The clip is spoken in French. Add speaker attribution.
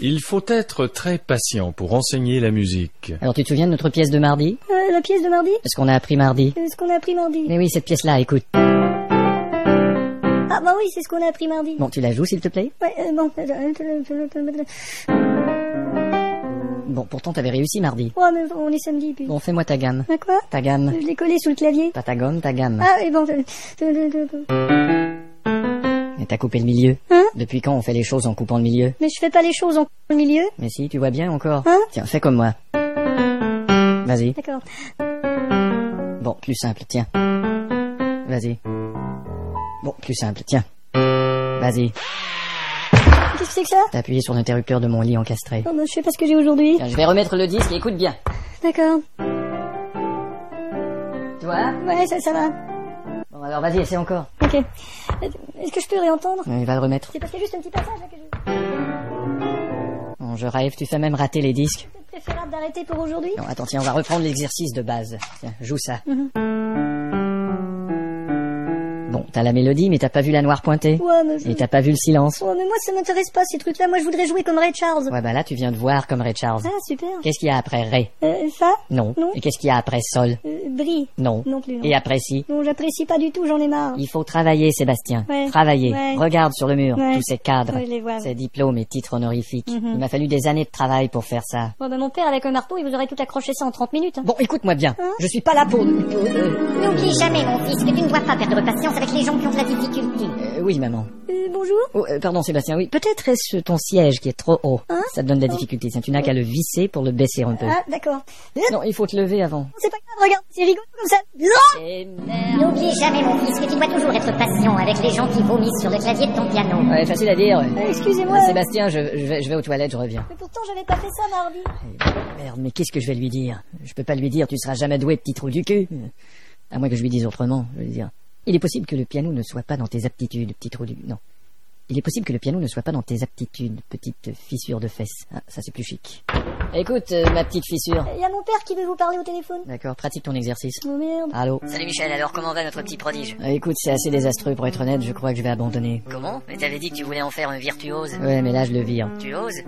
Speaker 1: Il faut être très patient pour enseigner la musique.
Speaker 2: Alors tu te souviens de notre pièce de mardi
Speaker 3: Euh, la pièce de mardi
Speaker 2: Ce qu'on a appris mardi
Speaker 3: Euh, Ce qu'on a appris mardi.
Speaker 2: Mais oui, cette pièce-là, écoute.
Speaker 3: Ah bah oui, c'est ce qu'on a appris mardi.
Speaker 2: Bon, tu la joues s'il te plaît
Speaker 3: Ouais, euh, bon.
Speaker 2: Bon, pourtant t'avais réussi mardi.
Speaker 3: Ouais, Oh, mais on est samedi, puis...
Speaker 2: Bon, fais-moi ta gamme.
Speaker 3: Ah, quoi
Speaker 2: Ta gamme.
Speaker 3: Je l'ai collé sous le clavier.
Speaker 2: Pas ta gomme, ta gamme.
Speaker 3: Ah, et bon...
Speaker 2: Mais t'as coupé le milieu.
Speaker 3: Hein
Speaker 2: Depuis quand on fait les choses en coupant le milieu
Speaker 3: Mais je fais pas les choses en au milieu.
Speaker 2: Mais si, tu vois bien encore.
Speaker 3: Hein
Speaker 2: Tiens, fais comme moi. Vas-y.
Speaker 3: D'accord.
Speaker 2: Bon, plus simple, tiens. Vas-y. Bon, plus simple, tiens. Vas-y.
Speaker 3: Qu'est-ce que c'est que ça
Speaker 2: T'as appuyé sur l'interrupteur de mon lit encastré.
Speaker 3: Oh, bah, je sais pas ce que j'ai aujourd'hui.
Speaker 2: Tiens, je vais remettre le disque et écoute bien.
Speaker 3: D'accord.
Speaker 2: Tu vois
Speaker 3: Ouais, ça, ça va.
Speaker 2: Bon, alors vas-y, essaie encore.
Speaker 3: Ok. Euh, Est-ce que je peux réentendre
Speaker 2: Il va le remettre.
Speaker 3: C'est parce qu'il y a juste un petit passage là que je...
Speaker 2: Bon, je rêve, tu fais même rater les disques.
Speaker 3: C'est préférable d'arrêter pour aujourd'hui
Speaker 2: Non, attends, tiens, on va reprendre l'exercice de base. Tiens, joue ça. Bon, t'as la mélodie, mais t'as pas vu la noire pointée.
Speaker 3: Ouais, mais... je-
Speaker 2: Et t'as pas vu le silence.
Speaker 3: Ouais, mais moi, ça m'intéresse pas, ces trucs-là. Moi, je voudrais jouer comme Ray Charles.
Speaker 2: Ouais, bah là, tu viens de voir comme Ray Charles.
Speaker 3: Ah, super.
Speaker 2: Qu'est-ce qu'il y a après Ré
Speaker 3: Euh, ça
Speaker 2: Non.
Speaker 3: Non.
Speaker 2: Et qu'est-ce qu'il y a après Sol
Speaker 3: euh, Brie
Speaker 2: Non.
Speaker 3: Non plus, non.
Speaker 2: Et après Si
Speaker 3: Non, j'apprécie pas du tout, j'en ai marre.
Speaker 2: Il faut travailler, Sébastien.
Speaker 3: Ouais.
Speaker 2: Travailler.
Speaker 3: Ouais.
Speaker 2: Regarde sur le mur
Speaker 3: Ouais.
Speaker 2: tous ces cadres,
Speaker 3: Ouais, je les vois.
Speaker 2: ces diplômes et titres honorifiques.
Speaker 3: Mhm.
Speaker 2: Il m'a fallu des années de travail pour faire ça.
Speaker 3: Bon, ben, mon père, avec un marteau, il vous aurait tout accroché ça en 30 minutes.
Speaker 2: Bon, écoute-moi bien.
Speaker 3: Hein
Speaker 2: Je suis pas là pour... Euh,
Speaker 4: N'oublie jamais, mon fils, que tu ne dois pas perdre patience avec les gens qui ont de la difficulté.
Speaker 2: euh, oui, maman.
Speaker 3: Euh, bonjour
Speaker 2: Oh, euh, pardon, Sébastien, oui. Peut-être est-ce ton siège qui est trop haut.
Speaker 3: Hein
Speaker 2: ça te donne
Speaker 4: Oh.
Speaker 2: de la difficulté. Tiens, tu n'as qu'à le visser pour le baisser un peu.
Speaker 3: Ah, d'accord.
Speaker 2: Non, il faut te lever avant.
Speaker 3: C'est pas grave, regarde, c'est rigolo comme ça.
Speaker 4: Oh. N'oublie jamais, mon fils, que tu dois toujours être patient avec les gens qui vomissent sur le clavier de ton piano.
Speaker 2: Ouais, facile à dire.
Speaker 3: Euh, Excusez-moi.
Speaker 2: Euh, Sébastien, je, je vais, je vais aux toilettes, je reviens.
Speaker 3: Mais pourtant, j'avais pas fait ça mardi.
Speaker 2: Merde, mais qu'est-ce que je vais lui dire Je peux pas lui dire tu seras jamais doué de petit trou du cul. À moins que je lui dise autrement, je vais lui dire. Il est possible que le piano ne soit pas dans tes aptitudes, petit trou du non. Il est possible que le piano ne soit pas dans tes aptitudes, petite fissure de fesses. Ah, ça c'est plus chic. Écoute, euh, ma petite fissure.
Speaker 3: Il y a mon père qui veut vous parler au téléphone.
Speaker 2: D'accord, pratique ton exercice.
Speaker 3: Oh merde.
Speaker 2: Allô
Speaker 4: Salut Michel, alors comment va notre petit prodige
Speaker 2: Ah, Écoute, c'est assez désastreux pour être honnête, je crois que je vais abandonner.
Speaker 4: Comment Mais t'avais dit que tu voulais en faire un virtuose.
Speaker 2: Ouais, mais là je le vire.
Speaker 4: Tu oses